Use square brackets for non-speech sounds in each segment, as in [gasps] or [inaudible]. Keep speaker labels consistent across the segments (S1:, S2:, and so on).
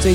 S1: 最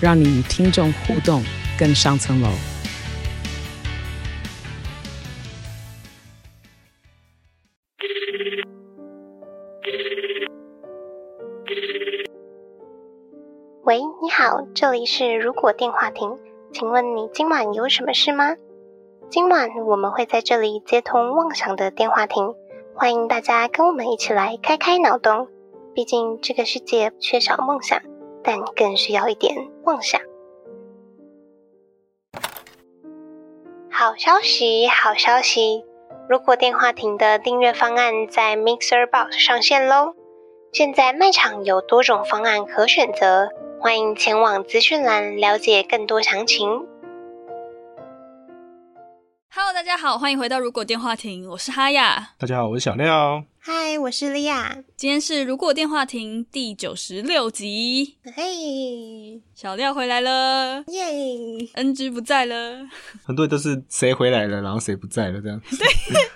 S1: 让你与听众互动更上层楼。
S2: 喂，你好，这里是如果电话亭，请问你今晚有什么事吗？今晚我们会在这里接通妄想的电话亭，欢迎大家跟我们一起来开开脑洞。毕竟这个世界缺少梦想，但更需要一点妄想。好消息，好消息！如果电话亭的订阅方案在 Mixer Box 上线喽。现在卖场有多种方案可选择，欢迎前往资讯栏了解更多详情。
S3: Hello，大家好，欢迎回到《如果电话亭》，我是哈雅。
S4: 大家好，我是小廖。
S2: 嗨，我是莉亚。
S3: 今天是《如果电话亭》第九十六集，
S2: 嘿，
S3: 小廖回来了
S2: 耶！
S3: ，NG 不在了，
S4: 很多人都是谁回来了，然后谁不在了这样。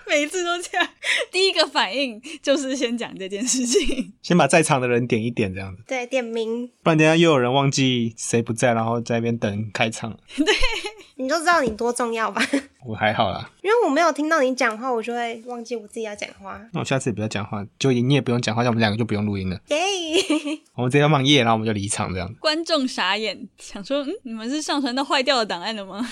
S3: 每一次都这样。第一个反应就是先讲这件事情， [laughs]
S4: 先把在场的人点一点这样子，
S2: 对，点名，
S4: 不然等一下又有人忘记谁不在，然后在那边等开场。
S2: 你就知道你多重要吧？ [laughs]
S4: 我还好啦，
S2: 因为我没有听到你讲话，我就会忘记我自己要讲话。
S4: 那我下次也不要讲话，就你也不用讲话，像我们两个就不用录音了，
S2: 耶、 [laughs]
S4: 我们直接放夜，然后我们就离场这样子。
S3: 观众傻眼，想说：“嗯，你们是上传到坏掉的档案了吗？”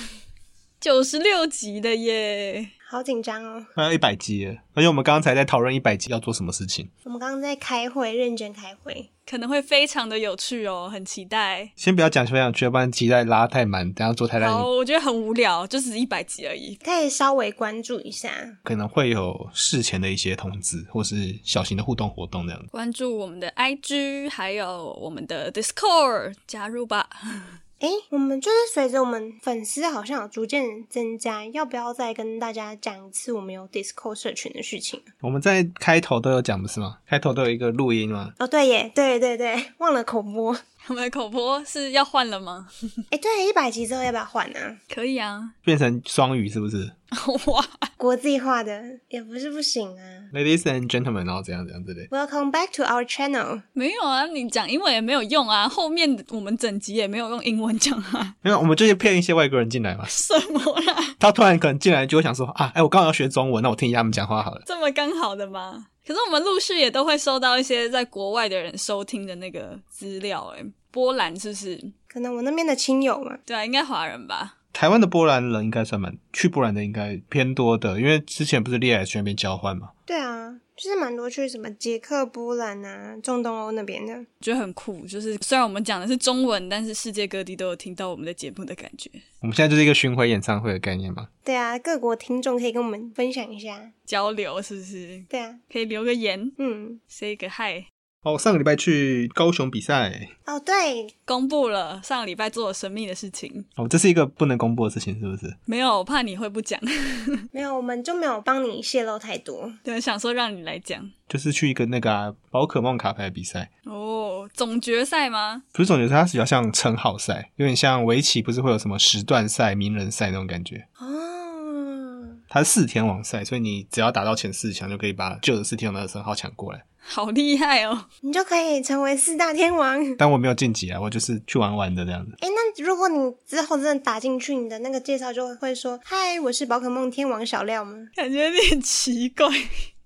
S3: [laughs] 九十六集的耶，
S2: 好紧张哦！
S4: 快要一百集了，而且我们刚才在讨论一百集要做什么事情。
S2: 我们刚刚在开会，认真开会。
S3: 可能会非常的有趣哦，很期待。
S4: 先不要讲休养区，要不然期待拉太满，等一下做太烂
S3: 好，我觉得很无聊，就只是一百集而已。
S2: 可以稍微关注一下，
S4: 可能会有事前的一些通知，或是小型的互动活动这样子。
S3: 关注我们的 IG，还有我们的 Discord，加入吧。 [laughs]
S2: 诶，我们就是随着我们粉丝好像有逐渐增加，要不要再跟大家讲一次我们有 Discord 社群的事情？
S4: 我们在开头都有讲不是吗？开头都有一个录音嘛，
S2: 哦，对耶，对对对，忘了口播。
S3: 我们的口播是要换了吗？
S2: 诶，对，一百集之后要不要换啊？
S3: 可以啊，
S4: 变成双语是不是？
S3: [laughs] 哇，
S2: 国际化的也不是不行啊。
S4: Ladies and gentlemen，然后怎样怎样之类。
S2: Welcome back to our channel。
S3: 没有啊，你讲英文也没有用啊，后面我们整集也没有用英文讲啊，
S4: 没有，我们就是骗一些外国人进来嘛。
S3: [laughs] 什么啦？
S4: 他突然可能进来就会想说啊，哎、我刚好要学中文，那我听一下他们讲话好了。
S3: 这么刚好的吗？可是我们陆续也都会收到一些在国外的人收听的那个资料、欸，波兰是不是？
S2: 可能我那边的亲友嘛，
S3: 对啊，应该华人吧？
S4: 台湾的波兰人应该算蛮去波兰的应该偏多的，因为之前不是烈来去那边交换嘛。
S2: 对啊，就是蛮多去什么捷克、波兰啊、中东欧那边的。
S3: 觉得很酷，就是虽然我们讲的是中文，但是世界各地都有听到我们的节目的感觉，
S4: 我们现在就是一个巡回演唱会的概念嘛。
S2: 对啊，各国听众可以跟我们分享一下。
S3: 交流是不是？
S2: 对啊，
S3: 可以留个言
S2: 嗯，
S3: ，say 个 hi。
S4: 哦，上个礼拜去高雄比赛，
S2: 哦对，
S3: 公布了上个礼拜做的神秘的事情，
S4: 哦，这是一个不能公布的事情，是不是？
S3: 没有，我怕你会不讲， [laughs]
S2: 没有，我们就没有帮你泄露太多。
S3: 对，想说让你来讲。
S4: 就是去一个那个啊、宝可梦卡牌的比赛，
S3: 哦，总决赛吗？
S4: 不是总决赛，它是比较像称号赛，有点像围棋，不是会有什么时段赛、名人赛那种感觉。
S2: 哦，
S4: 它是四天王赛，所以你只要打到前四强，就可以把旧的四天王的称号抢过来。
S3: 好厉害哦！
S2: 你就可以成为四大天王。
S4: 但我没有晋级啊，我就是去玩玩的这样子。
S2: 哎，那如果你之后真的打进去，你的那个介绍就会说：“嗨，我是宝可梦天王小廖吗
S3: 感觉有点奇怪，？”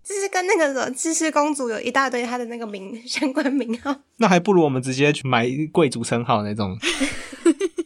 S2: 这是跟那个什么芝士公主有一大堆她的那个名相关名号。
S4: 那还不如我们直接去买贵族称号那种，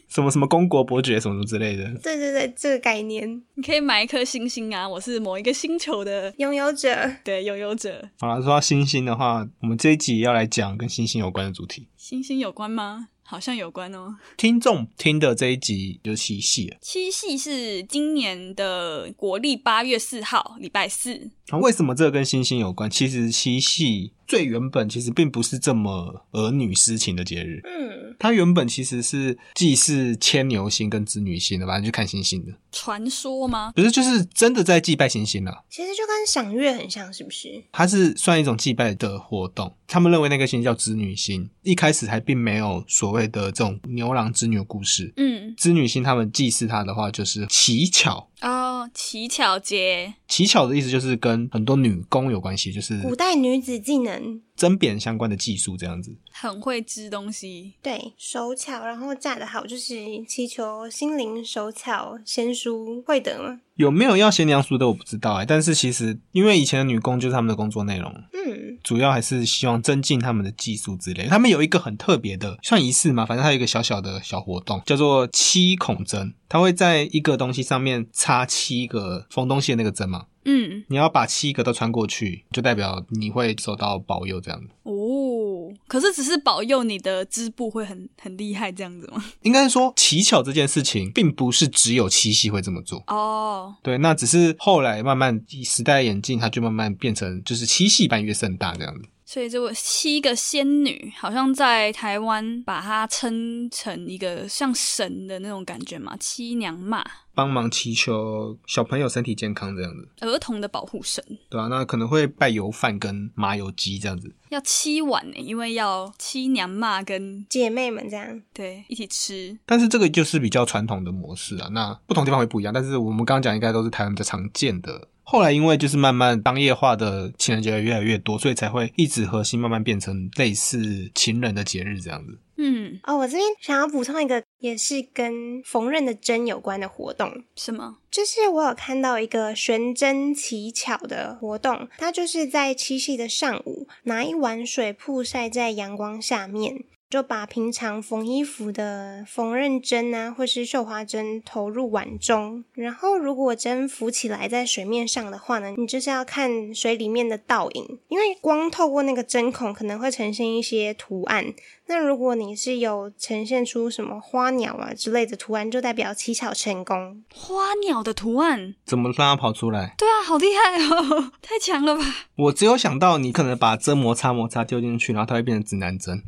S4: 什么什么公国伯爵什么什么之类的。
S2: 对对对，这个概念，
S3: 你可以买一颗星星啊！我是某一个星球的
S2: 拥有者
S3: 对拥有者，
S4: 好啊了，说到星星的话，我们这一集要来讲跟星星有关的主题。
S3: 星星有关吗？好像有关哦。
S4: 听众听的这一集就七夕了。
S3: 七夕是今年的国历八月四号，礼拜四。
S4: 啊，为什么这个跟星星有关？其实七夕最原本其实并不是这么儿女私情的节日，
S5: 嗯，
S4: 它原本其实是既是牵牛星跟织女星的，反正就看星星的，
S3: 传说吗？
S4: 不是就是真的在祭拜星星了。
S5: 其实就跟赏月很像，是不是？
S4: 它是算一种祭拜的活动，他们认为那个星叫织女星，一开始还并没有所谓的这种牛郎织女的故事。
S3: 嗯，
S4: 织女星他们祭祀她的话，就是乞巧。
S3: 哦，乞巧节，
S4: 乞巧的意思就是跟很多女工有关系，就是
S5: 古代女子技能，
S4: 针砭相关的技术这样子。
S3: 很会织东西。
S5: 对手巧，然后嫁得好，就是祈求心灵手巧娴熟会得吗？
S4: 有没有要贤良淑德我不知道哎、但是其实因为以前的女工就是他们的工作内容，
S5: 嗯，
S4: 主要还是希望增进他们的技术之类。他们有一个很特别的，算仪式嘛，反正它有一个小小的小活动，叫做七孔针。它会在一个东西上面插七个缝东西的那个针嘛，
S3: 嗯，
S4: 你要把七个都穿过去，就代表你会受到保佑这样子。
S3: 哦，可是只是保佑你的织布会很很厉害这样子吗？
S4: 应该是说乞巧这件事情，并不是只有七夕会这么做。
S3: 哦，
S4: 对，那只是后来慢慢时代的演进，它就慢慢变成就是七夕般越盛大这样子。
S3: 所以这个七个仙女好像在台湾把它称成一个像神的那种感觉嘛，七娘骂
S4: 帮忙祈求小朋友身体健康这样子，
S3: 儿童的保护神。
S4: 对啊，那可能会拜油饭跟麻油鸡这样子。
S3: 要七碗呢、因为要七娘骂跟
S5: 姐妹们这样，
S3: 对一起吃，
S4: 但是这个就是比较传统的模式啊，那不同地方会不一样。但是我们刚刚讲应该都是台湾比较常见的。后来因为就是慢慢商业化的情人节越来越多，所以才会一直核心慢慢变成类似情人的节日这样子。
S3: 嗯，
S5: 哦，我这边想要补充一个，也是跟缝纫的针有关的活动。
S3: 什么？
S5: 就是我有看到一个悬针乞巧的活动，它就是在七夕的上午，拿一碗水曝晒在阳光下面，就把平常缝衣服的缝纫针啊，或是绣花针投入碗中，然后如果针浮起来在水面上的话呢，你就是要看水里面的倒影，因为光透过那个针孔可能会呈现一些图案，那如果你是有呈现出什么花鸟啊之类的图案，就代表乞巧成功。
S3: 花鸟的图案？
S4: 怎么让它跑出来？
S3: 对啊，好厉害哦， [laughs] 太强了吧！
S4: 我只有想到你可能把针摩擦摩擦丢进去，然后它会变成指南针，。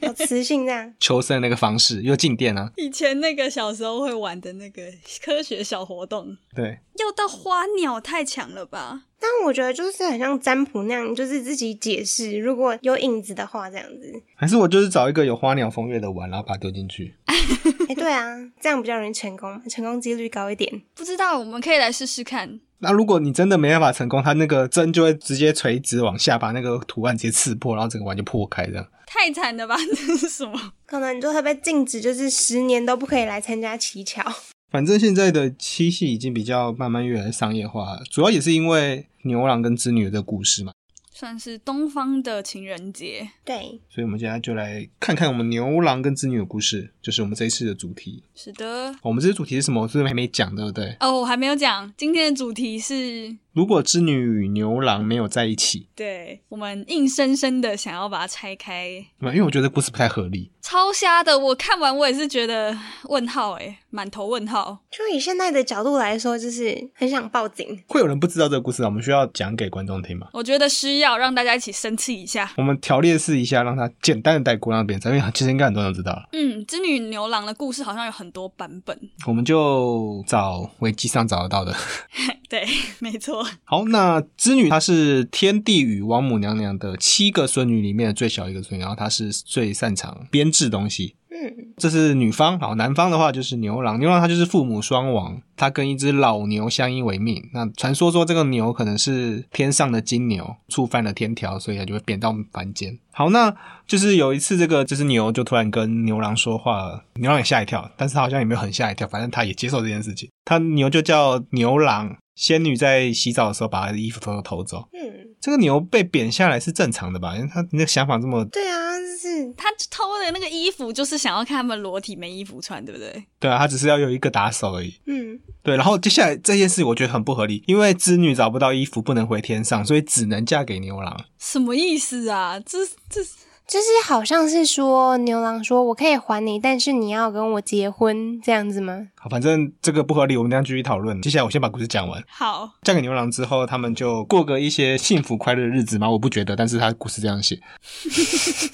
S5: 有磁性这样
S4: 求生的那个方式又静电啊。
S3: 以前那个小时候会玩的那个科学小活动，
S4: 对，
S3: 要到花鸟太强了吧？
S5: 但我觉得就是很像占卜那样，就是自己解释，如果有影子的话，这样子。
S4: 还是我就是找一个有花鸟风月的碗，然后把它丢进去。
S5: 哎、对啊，这样比较容易成功，成功几率高一点。
S3: 不知道，我们可以来试试看。
S4: 那如果你真的没办法成功，它那个针就会直接垂直往下，把那个图案直接刺破，然后整个碗就破开这样。
S3: 太惨了吧？ [laughs] 这是什么？
S5: 可能你就会被禁止，就是十年都不可以来参加乞巧。
S4: 反正现在的七夕已经比较慢慢越来越商业化了，主要也是因为牛郎跟织女的这个故事嘛。
S3: 算是东方的情人节，
S5: 对，
S4: 所以我们现在就来看看我们牛郎跟织女的故事，就是我们这一次的主题。
S3: 是的。
S4: 我们这次主题是什么？我是不是还没讲，对不对？
S3: 哦，我还没有讲，今天的主题是，
S4: 如果织女与牛郎没有在一起，
S3: 对我们硬生生的想要把它拆开，
S4: 因为我觉得故事不太合理。
S3: 超瞎的。我看完我也是觉得问号、欸，满头问号。
S5: 就以现在的角度来说，就是很想报警。
S4: 会有人不知道这个故事啊？我们需要讲给观众听吗？
S3: 我觉得需要让大家一起生气一下。
S4: 我们条列式一下，让它简单的带过，让别人知道，因为其实应该很多人都知道了。
S3: 嗯，织女牛郎的故事好像有很多版本。
S4: 我们就找维基上找得到的。 [laughs]
S3: 对，没错。
S4: 好，那织女她是天帝与王母娘娘的七个孙女里面的最小一个孙女，然后她是最擅长编制东西。
S5: 嗯，
S4: 这是女方，好，男方的话就是牛郎。牛郎他就是父母双亡，他跟一只老牛相依为命。那传说说这个牛可能是天上的金牛，触犯了天条，所以他就会贬到凡间。好，那就是有一次，这个就是牛就突然跟牛郎说话了，牛郎也吓一跳，但是他好像也没有很吓一跳，反正他也接受这件事情。他牛就叫牛郎，仙女在洗澡的时候把他的衣服偷偷偷走。
S5: 嗯，
S4: 这个牛被贬下来是正常的吧？因为他那个想法这么
S5: 对啊，就是
S3: 他偷的那个衣服，就是想要看他们裸体没衣服穿，对不对？
S4: 对啊，他只是要有一个打手而已。
S5: 嗯，
S4: 对，然后接下来这件事我觉得很不合理，因为织女找不到衣服，不能回天上，所以只能嫁给牛郎。
S3: 什么意思啊？这这
S2: 就是好像是说牛郎说我可以还你，但是你要跟我结婚这样子吗？
S4: 好，反正这个不合理，我们等一下继续讨论。接下来我先把故事讲完。
S3: 好，
S4: 嫁给牛郎之后，他们就过个一些幸福快乐的日子吗？我不觉得，但是他故事这样写，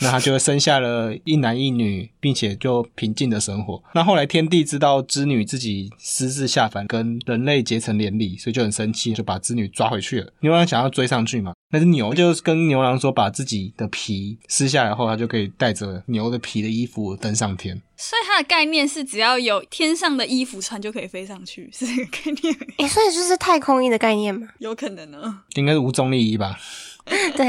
S4: 那他就生下了一男一女，并且就平静的生活。那后来天帝知道织女自己私自下凡，跟人类结成连理，所以就很生气，就把织女抓回去了。牛郎想要追上去嘛，但是牛就是跟牛郎说，把自己的皮撕下来后，他就可以带着牛的皮的衣服登上天。
S3: 所以它的概念是只要有天上的衣服穿就可以飞上去，是这个概念，
S2: 诶、所以就是太空衣的概念嘛。
S3: 有可能哦呢。
S4: 应该是无中立一吧。
S2: 对，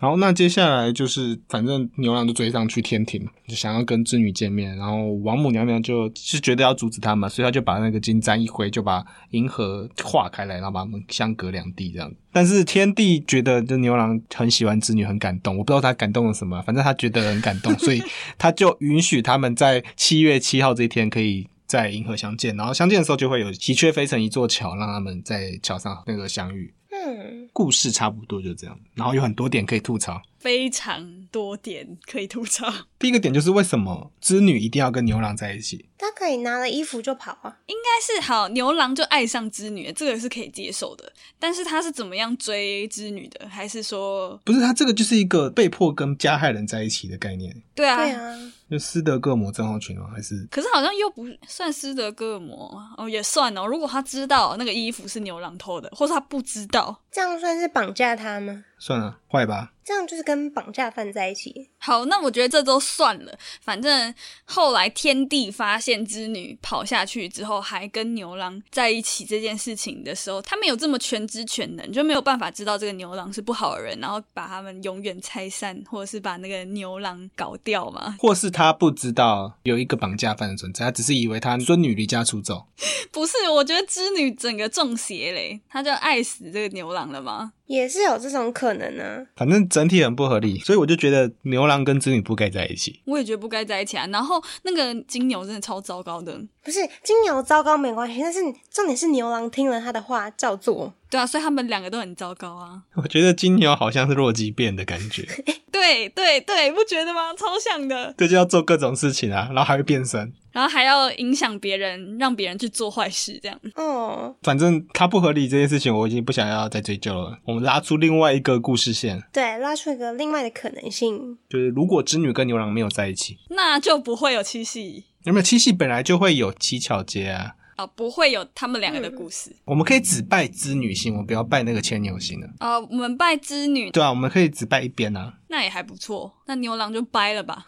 S4: 然后那接下来就是，反正牛郎就追上去天庭，就想要跟织女见面。然后王母娘娘就是觉得要阻止他嘛，所以他就把那个金簪一挥，就把银河化开来，然后把他们相隔两地这样。但是天帝觉得这牛郎很喜欢织女，很感动。我不知道他感动了什么，反正他觉得很感动，所以他就允许他们在七月七号这一天可以。在银河相见，然后相见的时候就会有喜鹊飞成一座桥，让他们在桥上那个相遇。
S2: 嗯，
S4: 故事差不多就这样，然后有很多点可以吐槽。
S3: 非常多点可以吐槽，
S4: 第一个点就是为什么织女一定要跟牛郎在一起？
S2: 他可以拿了衣服就跑啊。
S3: 应该是好牛郎就爱上织女了，这个是可以接受的。但是他是怎么样追织女的？还是说，
S4: 不是，他这个就是一个被迫跟加害人在一起的概念，
S3: 对啊，
S2: 对啊，
S4: 就斯德哥尔摩症候群哦吗？还是
S3: 可是好像又不算斯德哥尔摩哦，也算哦。如果他知道那个衣服是牛郎偷的，或是他不知道，
S2: 这样算是绑架他吗？
S4: 算了，坏吧？
S2: 这样就是跟绑架犯在一起。
S3: 好，那我觉得这都算了。反正后来天帝发现织女跑下去之后，还跟牛郎在一起这件事情的时候，他没有这么全知全能，就没有办法知道这个牛郎是不好的人，然后把他们永远拆散，或者是把那个牛郎搞掉嘛？
S4: 或是他不知道有一个绑架犯的存在，他只是以为他孙女离家出走。
S3: [laughs] 不是，我觉得织女整个中邪嘞，她就爱死这个牛郎了嘛。
S2: 也是有这种可能啊呢、
S4: 反正整体很不合理，所以我就觉得牛郎跟织女不该在一起。 [laughs]
S3: 我也觉得不该在一起啊。然后那个金牛真的超糟糕的，
S2: 不是金牛糟糕没关系，但是重点是牛郎听了他的话照做。
S3: 对啊，所以他们两个都很糟糕啊。
S4: 我觉得金牛好像是弱鸡变的感觉，
S3: 对对对，不觉得吗？超像的。
S4: 对，就要做各种事情啊，然后还会变身。
S3: 然后还要影响别人，让别人去做坏事，这样。
S2: 哦，
S4: 反正他不合理这件事情，我已经不想要再追究了。我们拉出另外一个故事线，
S2: 对，拉出一个另外的可能性。
S4: 就是如果织女跟牛郎没有在一起，
S3: 那就不会有七夕
S4: 有没有七夕本来就会有七巧节啊？
S3: 啊、不会有他们两个的故事
S4: 我们可以只拜织女星，我们不要拜那个牵牛星了。
S3: 啊、我们拜织女，
S4: 对啊，我们可以只拜一边啊。
S3: 那也还不错。那牛郎就掰了吧，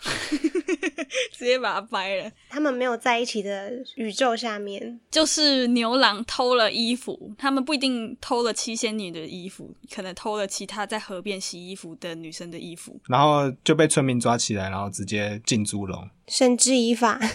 S3: [laughs] 直接把它掰了。
S2: 他们没有在一起的宇宙下面，
S3: 就是牛郎偷了衣服，他们不一定偷了七仙女的衣服，可能偷了其他在河边洗衣服的女生的衣服。
S4: 然后就被村民抓起来，然后直接进猪笼。
S2: 绳之以法。 [laughs]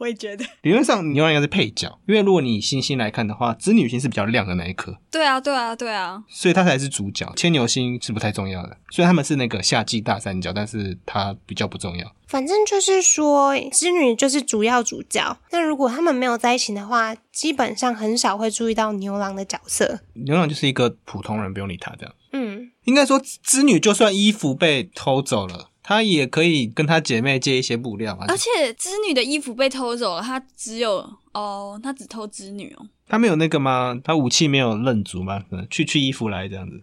S3: 我也觉得，
S4: 理论上牛郎应该是配角，因为如果你以星星来看的话，织女星是比较亮的那一颗，
S3: 对啊，对啊，对啊，
S4: 所以它才是主角。牵牛星是不太重要的，虽然他们是那个夏季大三角，但是它比较不重要。
S2: 反正就是说，织女就是主要主角。那如果他们没有在一起的话，基本上很少会注意到牛郎的角色。
S4: 牛郎就是一个普通人，不用理他这样。
S2: 嗯，
S4: 应该说，织女就算衣服被偷走了，她也可以跟她姐妹借一些布料嘛。
S3: 而且织女的衣服被偷走了，她只有哦，她只偷织女哦。
S4: 她没有那个吗？她武器没有认足吗？可能去去衣服来这样子。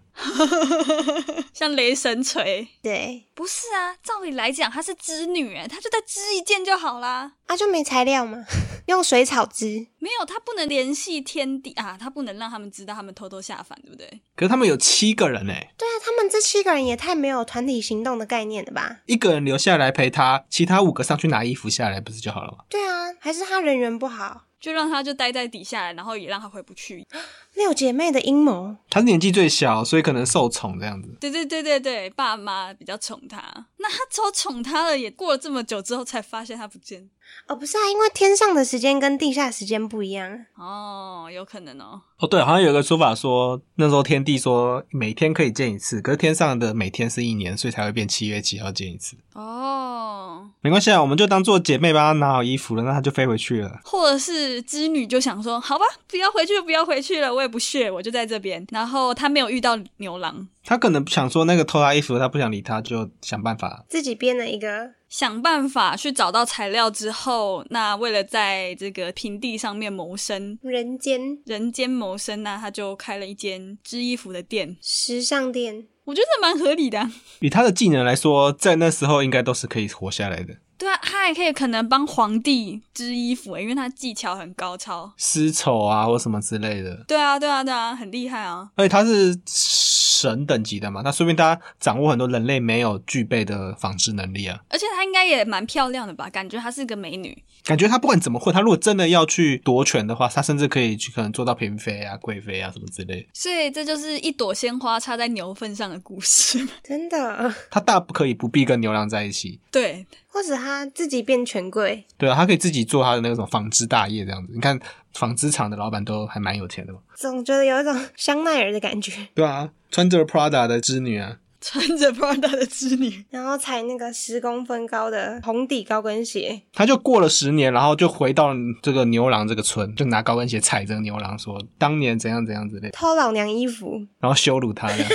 S3: [laughs] 像雷神锤。
S2: 对，
S3: 不是啊，照理来讲她是织女，哎，她就再织一件就好啦。
S2: 啊，就没材料嘛， [laughs] 用水草织。
S3: 没有，她不能联系天地啊，她不能让他们知道他们偷偷下凡，对不对？
S4: 可是他们有七个人哎、
S2: 对啊，他们这七个人也太没有团体行动的概念了吧？
S4: 一个人留下来陪她，其他五个上去拿衣服下来，不是就好了吗？
S2: 对啊，还是他人缘不好。
S3: 就让她就待在底下，然后也让她回不 [gasps] 去。
S2: 六姐妹的阴谋，
S4: 她是年纪最小，所以可能受宠这样子。
S3: 对对对对对，爸妈比较宠她，那她超宠她了，也过了这么久之后才发现她不见。
S2: 哦，不是啊，因为天上的时间跟地下时间不一
S5: 啊
S2: 样。
S3: 哦，有可能哦。
S4: 哦，对，好像有个说法说，那时候天帝说每天可以见一次，可是天上的每天是一年，所以才会变七月七号见一次。
S3: 哦，
S4: 没关系啊，我们就当做姐妹帮她拿好衣服了，那她就飞回去了。
S3: 或者是织女就想说，好吧，不要回去，不要回去了，我也不屑，我就在这边。然后她没有遇到牛郎，
S4: 他可能想说那个偷他衣服，他不想理他，就想办法。
S5: 自己编了一个
S3: 想办法去找到材料之后，那为了在这个平地上面谋生，
S5: 人间
S3: 人间谋生呢、他就开了一间织衣服的店，
S5: 时尚店，
S3: 我觉得蛮合理的啊、
S4: 以他的技能来说，在那时候应该都是可以活下来的。
S3: 对啊，他还可以可能帮皇帝织衣服、欸，因为他技巧很高超。
S4: 丝绸啊，或什么之类的，
S3: 对啊，对啊，对啊，很厉害啊！
S4: 而且他是神等级的嘛，那说明他掌握很多人类没有具备的纺织能力啊。
S3: 而且她应该也蛮漂亮的吧？感觉她是个美女。
S4: 感觉他不管怎么混，他如果真的要去夺权的话，他甚至可以去可能做到嫔妃啊、贵妃啊什么之类的。
S3: 所以这就是一朵鲜花插在牛粪上的故事。 [laughs]
S5: 真的， [laughs]
S4: 他大不可以不必跟牛郎在一起。
S3: 对，
S5: 或者他自己变权贵，
S4: 对啊，他可以自己做他的那种纺织大业这样子。你看纺织厂的老板都还蛮有钱的嘛。
S5: 总觉得有一种香奈儿的感觉，
S4: 对啊，穿着 Prada 的织女啊，
S3: 穿着 Prada 的织女，
S5: 然后踩那个十公分高的红底高跟鞋，
S4: 他就过了十年，然后就回到这个牛郎这个村，就拿高跟鞋踩着牛郎说当年怎样怎样之类的，
S5: 偷老娘衣服，
S4: 然后羞辱他这样。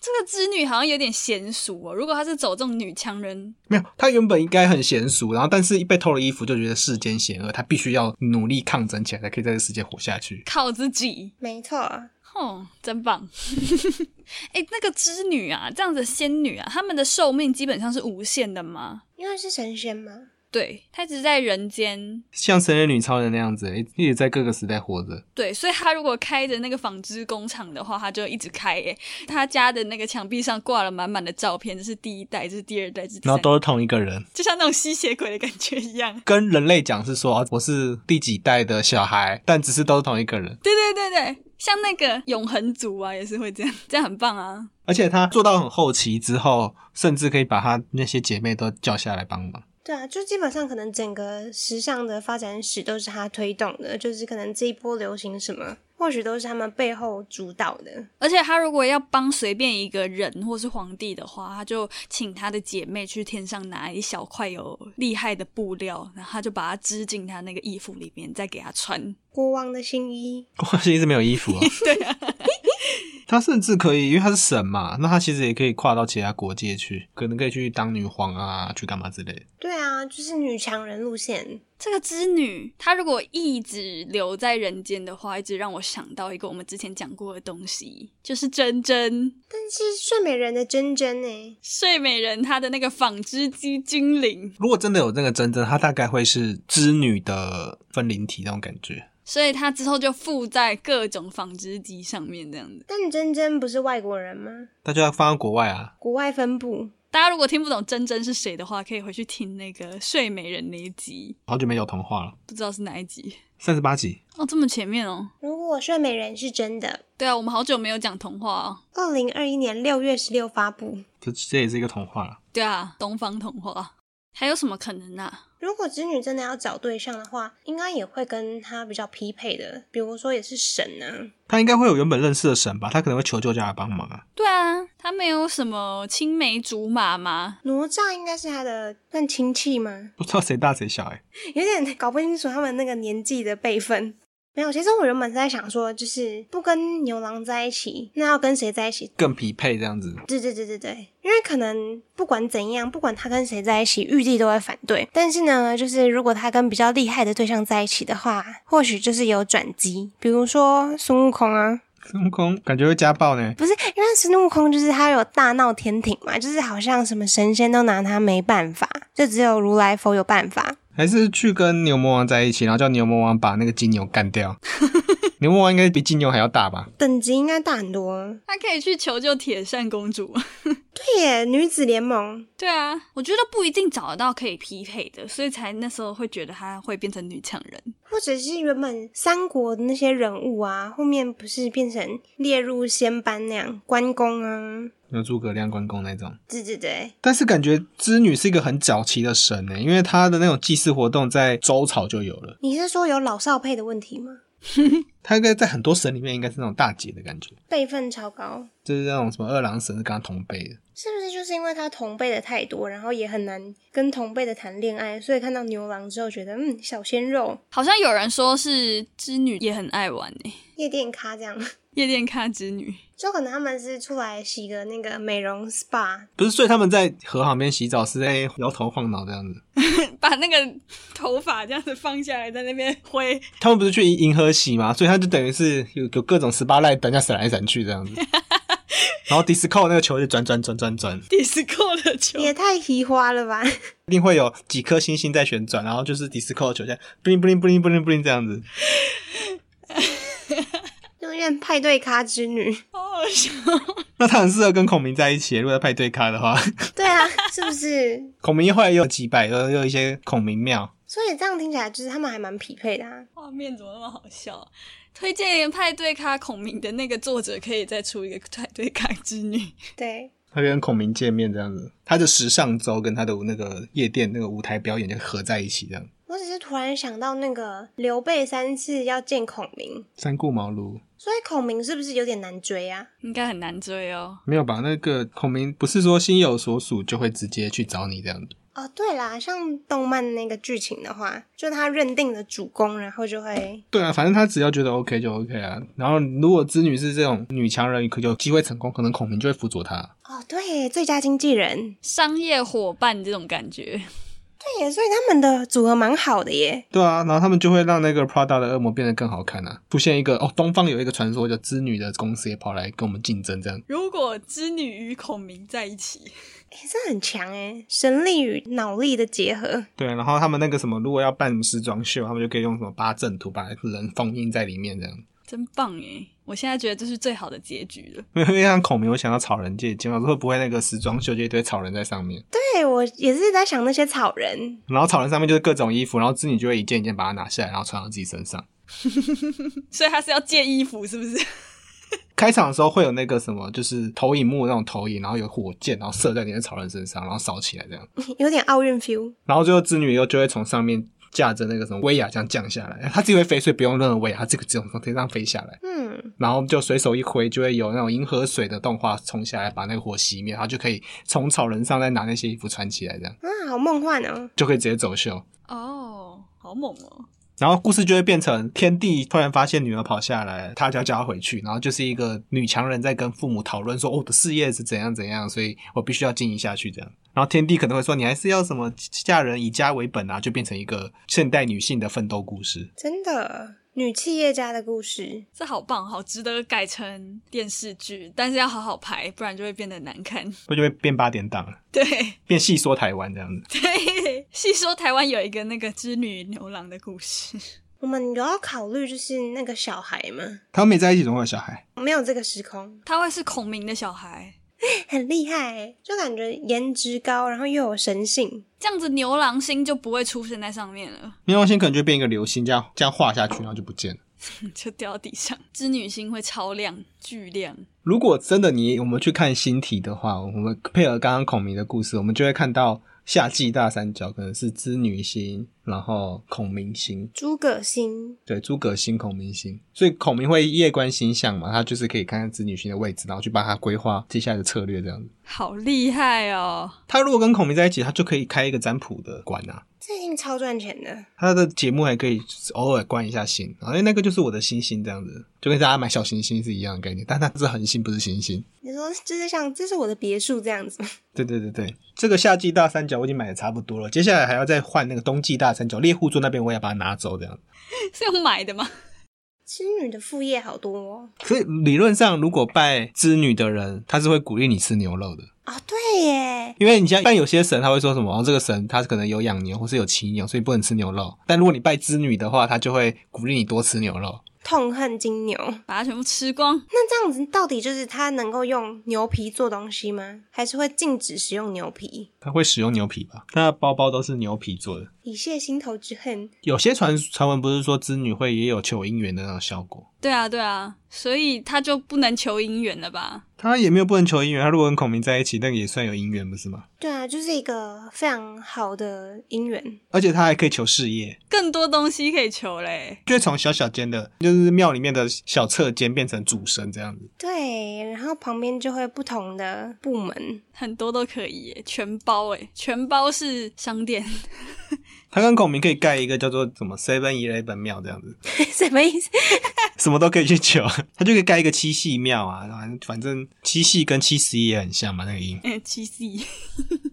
S3: 这个织女好像有点娴熟哦。如果她是走这种女强人，
S4: 没有，他原本应该很娴熟，然后但是一被偷了衣服就觉得世间险恶，他必须要努力抗争起来，才可以在这世界活下去。
S3: 靠自己，
S5: 没错，
S3: 哼，哦真 [laughs] 棒！哎、那个织女啊，这样子的仙女啊，她们的寿命基本上是无限的吗？
S5: 因为是神仙嘛，
S3: 对，她只在人间，
S4: 像神人女超人那样子，一直在各个时代活着。
S3: 对，所以她如果开着那个纺织工厂的话，她就一直开耶。她家的那个墙壁上挂了满满的照片，这是第一代，这是第二代，这是第三
S4: 然后
S3: 代，
S4: 都是同一个人，
S3: 就像那种吸血鬼的感觉一样。
S4: 跟人类讲是说、哦我是第几代的小孩，但只是都是同一个人。
S3: 对对对对，像那个永恒族啊，也是会这样，这样很棒啊。
S4: 而且他做到很后期之后，甚至可以把他那些姐妹都叫下来帮忙。
S5: 对啊，就基本上可能整个时尚的发展史都是他推动的，就是可能这一波流行什么，或许都是他们背后主导的。
S3: 而且他如果要帮随便一个人或是皇帝的话，他就请他的姐妹去天上拿一小块有厉害的布料，然后他就把它织进他那个衣服里面，再给他穿。
S5: 国王的新衣，
S4: 关系是没有衣服、啊，
S3: [laughs] 对啊，
S4: [laughs] 他甚至可以，因为他是神嘛，那他其实也可以跨到其他国界去，可能可以去当女皇啊，去干嘛之类的。
S5: 对啊，就是女强人路线，
S3: 这个织女，她如果一直留在人间的话，一直让我想到一个我们之前讲过的东西，就是珍珍
S5: 但是睡美人的珍珍呢，
S3: 睡美人她的那个纺织机精灵。
S4: 如果真的有那个真正，他大概会是织女的分灵体那种感觉。
S3: 所以他之后就附在各种纺织机上面这样子。
S5: 但珍珍不是外国人吗？
S4: 那就要放到国外啊，
S5: 国外分部，
S3: 大家如果听不懂真真是谁的话，可以回去听那个睡美人那一集，
S4: 好久没有童话了，
S3: 不知道是哪一集
S4: 三十八集。
S3: 哦，这么前面哦。
S5: 如果睡美人是真的，
S3: 对啊，我们好久没有讲童话哦。
S5: 二零二一年六月十六发布。
S4: 这这也是一个童话了。
S3: 对啊，东方童话还有什么可能啊？
S5: 如果织女真的要找对象的话，应该也会跟她比较匹配的，比如说也是神啊，
S4: 他应该会有原本认识的神吧？他可能会求救家来帮忙啊。
S3: 对啊，他没有什么青梅竹马吗？
S5: 哪吒应该是她的算亲戚吗？
S4: 不知道谁大谁小哎、
S5: 有点搞不清楚他们那个年纪的辈分。没有，其实我原本是在想说，就是不跟牛郎在一起，那要跟谁在一起？
S4: 更匹配这样子。
S5: 对对对对对，因为可能不管怎样，不管他跟谁在一起，玉帝都会反对。但是呢，就是如果他跟比较厉害的对象在一起的话，或许就是有转机，比如说孙悟空啊，
S4: 孙悟空感觉会家暴呢，
S5: 不是，因为孙悟空就是他有大闹天庭嘛，就是好像什么神仙都拿他没办法，就只有如来佛有办法。
S4: 还是去跟牛魔王在一起，然后叫牛魔王把那个金牛干掉。牛魔王应该比金牛还要大吧？
S5: 等级应该大很多。
S3: 他可以去求救铁扇公主。
S5: 对耶，女子联盟
S3: 对啊，我觉得不一定找得到可以匹配的，所以才那时候会觉得她会变成女强人。
S5: 或者是原本三国的那些人物啊，后面不是变成列入仙班那样，关公啊，
S4: 有诸葛亮、关公那种。
S5: 对对对，
S4: 但是感觉织女是一个很早期的神呢，因为她的那种祭祀活动在周朝就有了，
S5: 你是说有老少配的问题吗？
S4: 她应该在很多神里面应该是那种大姐的感觉，
S5: 辈分超高，
S4: 就是那种什么二郎神是跟她同辈的。
S5: 是不是就是因为他同辈的太多，然后也很难跟同辈的谈恋爱，所以看到牛郎之后觉得嗯，小鲜肉，
S3: 好像有人说是织女也很爱玩诶、欸
S5: 夜店咖这样，
S3: 夜店咖之女。
S5: 就可能他们是出来洗个那个美容 SPA，
S4: 不是，所以他们在河旁边洗澡是在摇头晃脑这样子。
S3: 把那个头发这样子放下来，在那边挥。
S4: 他们不是去银河洗嘛，所以他就等于是有有各种十八赖等下闪来闪去这样子。然后 disco 那个球就转转转转转，
S3: disco 的球，
S5: 也太奇花了吧！
S4: 一定会有几颗星星在旋转，然后就是 disco 的球在 bling bling bling bling bling 这样子。
S5: 就认派对咖之女，
S3: 好好笑。 [laughs]
S4: 那他很适合跟孔明在一起，如果在派对咖的话，
S5: 对啊，是不是？ [laughs]
S4: 孔明后来又有几百，又又有一些孔明庙。
S5: 所以这样听起来，就是他们还蛮匹配的啊。
S3: 画面怎么那么好笑啊、推荐连派对咖孔明的那个作者可以再出一个派对咖之女。
S5: 对，
S4: 他跟孔明见面这样子，他的时尚周跟他的那个夜店那个舞台表演就合在一起这样。
S5: 我只是突然想到那个刘备三次要见孔明，
S4: 三顾茅庐
S5: 所以孔明是不是有点难追啊？
S3: 应该很难追哦。
S4: 没有吧？那个孔明不是说心有所属就会直接去找你这样子。
S5: 哦，对啦，像动漫那个剧情的话，就他认定了主公，然后就会
S4: 对啊，反正他只要觉得 OK 就 OK 啊。然后如果织女是这种女强人，可有机会成功，可能孔明就会辅佐她。
S5: 哦，对，最佳经纪人，
S3: 商业伙伴这种感觉，
S5: 对耶，所以他们的组合蛮好的耶。
S4: 对啊，然后他们就会让那个 Prada 的恶魔变得更好看啊，出现一个哦，东方有一个传说叫织女的公司也跑来跟我们竞争这样。
S3: 如果织女与孔明在一起，
S5: 哎，这很强哎，神力与脑力的结合，
S4: 对，然后他们那个什么，如果要办什么时装秀，他们就可以用什么八阵图把人封印在里面这样。
S3: 真棒诶！我现在觉得这是最好的结局了。
S4: 因为像孔明，我想到草人借镜，啊我说会不会那个时装秀就一堆草人在上面，
S5: 对我也是在想那些草人， [laughs]
S4: 然后草人上面就是各种衣服，然后织女就会一件一件把它拿下来，然后穿到自己身上。
S3: 所以他是要借衣服，是不是？ [laughs]
S4: 开场的时候会有那个什么，就是投影幕那种投影，然后有火箭，然后射在你的草人身上，然后烧起来这样。
S5: 有点奥运 feel。
S4: 然后最后织女又就会从上面架着那个什么威亚这样降下来，她自己会飞，所以不用任何威亚，她这个只能从天上飞下来，
S5: 嗯，
S4: 然后就随手一挥，就会有那种银河水的动画冲下来，把那个火熄灭，然后就可以从草人上再拿那些衣服穿起来，这样
S5: 啊，好梦幻哦！
S4: 就可以直接走秀。
S3: 哦，好猛哦！
S4: 然后故事就会变成天帝突然发现女儿跑下来，他就要叫她回去，然后就是一个女强人在跟父母讨论说，哦，我的事业是怎样怎样，所以我必须要经营下去这样。然后天帝可能会说，你还是要什么嫁人以家为本啊，就变成一个现代女性的奋斗故事。
S5: 真的，女企业家的故事，
S3: 这好棒，好值得改成电视剧，但是要好好拍，不然就会变得难看。 [laughs]
S4: 那就会变八点档了，
S3: 对
S4: 变戏说台湾这样子。
S3: 对，细说台湾有一个那个织女牛郎的故事， [laughs]
S5: 我们有要考虑就是那个小孩吗？
S4: 他们没在一起，总会有小孩。
S5: 没有这个时空，
S3: 他会是孔明的小孩。
S5: 很厉害耶，就感觉颜值高，然后又有神性。
S3: 这样子牛郎星就不会出现在上面了， [laughs]
S4: 冥王星可能就变一个流星，这样这样画下去，然后就不见了。
S3: 就掉到地上。织女星会超亮、巨亮，
S4: 如果真的你我们去看星体的话，我们配合刚刚孔明的故事，我们就会看到夏季大三角可能是织女星，然后孔明星，
S5: 诸葛星，
S4: 对，诸葛星、孔明星。所以孔明会夜观星象嘛，他就是可以看看织女星的位置，然后去帮他规划接下来的策略这样子。
S3: 好厉害哦！ [laughs]
S4: 他如果跟孔明在一起，他就可以开一个占卜的馆啊。
S5: 这一定超赚钱的。
S4: 他的节目还可以就是偶尔关一下星，然后哎那个就是我的星星这样子，就跟大家买小行星是一样的概念，但它是恒星不是行星。
S5: 你说就是像这是我的别墅这样子吗，
S4: 对对对对，这个夏季大三角我已经买的差不多了，接下来还要再换那个冬季大三角，猎户座那边我也把它拿走这样。
S3: 是用买的吗？
S5: 织女的副业好多哦。
S4: 所以理论上，如果拜织女的人，他是会鼓励你吃牛肉的，
S5: 哦，对耶，
S4: 因为你像拜有些神他会说什么，哦这个神他可能有养牛或是有骑牛，所以不能吃牛肉。但如果你拜织女的话，他就会鼓励你多吃牛肉。
S5: 痛恨金牛。
S3: 把它全部吃光，
S5: 那这样子到底就是它能够用牛皮做东西吗？还是会禁止使用牛皮？
S4: 他会使用牛皮吧？他的包包都是牛皮做的。
S5: 以泄心头之恨。
S4: 有些传传闻不是说织女会也有求姻缘的那种效果，
S3: 对啊，对啊，所以他就不能求姻缘了吧？
S4: 她也没有不能求姻缘，她如果跟孔明在一起，那个也算有姻缘，不是吗？
S5: 对啊，就是一个非常好的姻缘。
S4: 而且她还可以求事业，
S3: 更多东西可以求嘞，
S4: 就会从小小间的，就是庙里面的小侧间变成主神这样子。
S5: 对，然后旁边就会不同的部门。 [laughs]
S3: 很多都可以耶，全包哎，全包是商店，
S4: 她跟孔明可以盖一个叫做什么 Seven Eleven 庙这样子， [laughs]
S5: 什么意思？
S4: 什么都可以去求， [laughs] 他就可以盖一个七系庙啊，然后反正七系跟七十一也很像嘛，那个音。
S3: 嗯，七 C，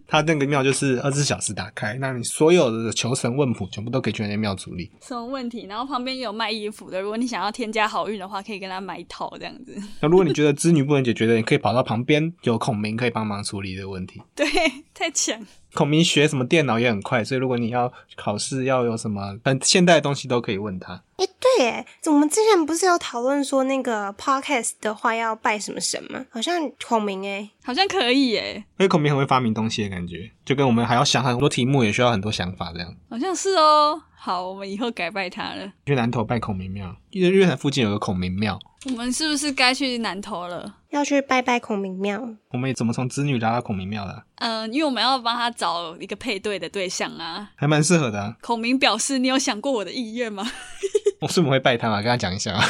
S4: 他那个庙就是二十四小时打开，那你所有的求神问卜全部都可以去那间庙处理。
S3: 什么问题？然后旁边也有卖衣服的，如果你想要添加好运的话，可以跟他买一套这样子。 [laughs]
S4: 那如果你觉得织女不能解决的，你可以跑到旁边有孔明可以帮忙处理的问题。
S3: 对，太强。
S4: 孔明学什么电脑也很快，所以如果你要考试要有什么很现代的东西都可以问他。
S5: 哎，对，哎，我们之前不是有讨论说那个 podcast 的话要拜什么神吗？好像孔明哎，
S3: 好像可以耶，
S4: 因为孔明很会发明东西的感觉，就跟我们还要想很多题目，也需要很多想法这样。
S3: 好像是哦。好，我们以后改拜他了。
S4: 去南头拜孔明庙，因为越南附近有个孔明庙，
S3: 我们是不是该去南投了？
S5: 要去拜拜孔明庙。
S4: 我们也怎么从织女聊到孔明庙的啊、
S3: 嗯、因为我们要帮他找一个配对的对象啊。
S4: 还蛮适合的、啊。
S3: 孔明表示：“你有想过我的意愿吗 [laughs]
S4: 我是我们会拜他嘛，跟 [laughs] 他讲一下啊。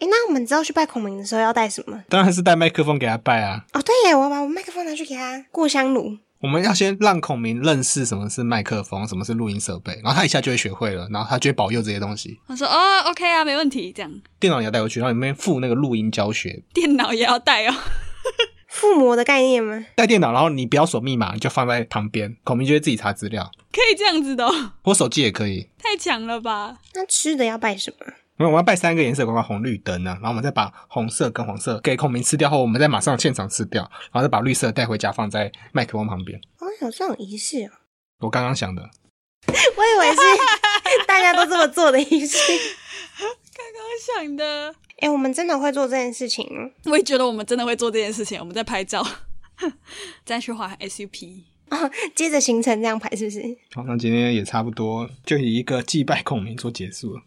S5: 哎，那我们知道去拜孔明的时候要带什么？
S4: 当然是带麦克风给他拜啊。
S5: 哦，对耶，我把我麦克风拿去给他过香炉。
S4: 我们要先让孔明认识什么是麦克风，什么是录音设备，然后他一下就会学会了，然后他就会保佑这些东西。？”
S3: 我说：“哦，OK 啊，没问题。”这样
S4: 电脑也要带回去，然后里面附那个录音教学，
S3: 电脑也要带哦。 [laughs]
S5: 附魔的概念吗？
S4: 带电脑，然后你不要锁密码，你就放在旁边，孔明就会自己查资料，
S3: 可以这样子的、哦，
S4: 或手机也可以。
S3: 太强了吧！
S5: 那吃的要拜什么？
S4: 没有，我们要拜三个颜色，包括红、绿灯啊，然后我们再把红色跟黄色给孔明吃掉后，我们再马上现场吃掉，然后再把绿色带回家放在麦克风旁边。
S5: 哦，有这种仪式哦， [laughs]
S4: 我刚刚想的，
S5: 我以为是 [laughs] 大家都这么做的仪式。
S3: 刚刚想的，
S5: 哎、我们真的会做这件事情
S3: [laughs] 我也觉得我们真的会做这件事情。我们在拍照， [laughs] 再去画 SUP。
S5: 哦，接着行程这样排是不是？
S4: 好，那今天也差不多，就以一个祭拜孔明做结束了。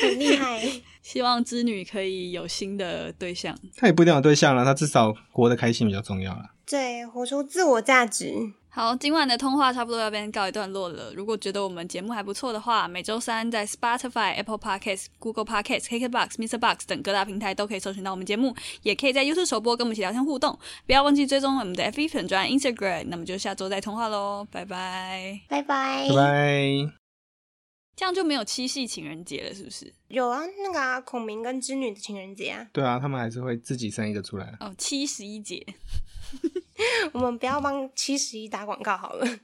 S5: 很厉害，
S3: 希望织女可以有新的对象。
S4: 他也不一定有对象了，啊他至少活得开心比较重要啊了。
S5: [laughs] 对，活出自我价值。
S3: 好，今晚的通话差不多要边告一段落了。如果觉得我们节目还不错的话，每周三在 Spotify、Apple Podcasts、Google Podcasts、KKBox、Mr. Box 等各大平台都可以搜寻到我们节目，也可以在 YouTube 首播跟我们一起聊天互动。不要忘记追踪我们的 FB 粉专 Instagram。那么就下周再通话喽，拜拜。
S5: 拜拜
S4: 拜拜。
S3: 这样就没有七夕情人节了，是不是？
S5: 有啊，那个啊，孔明跟织女的情人节啊，
S4: 对啊，他们还是会自己生一个出来。啊
S3: 哦，七十一节。
S5: 我们不要帮七十一打广告好了。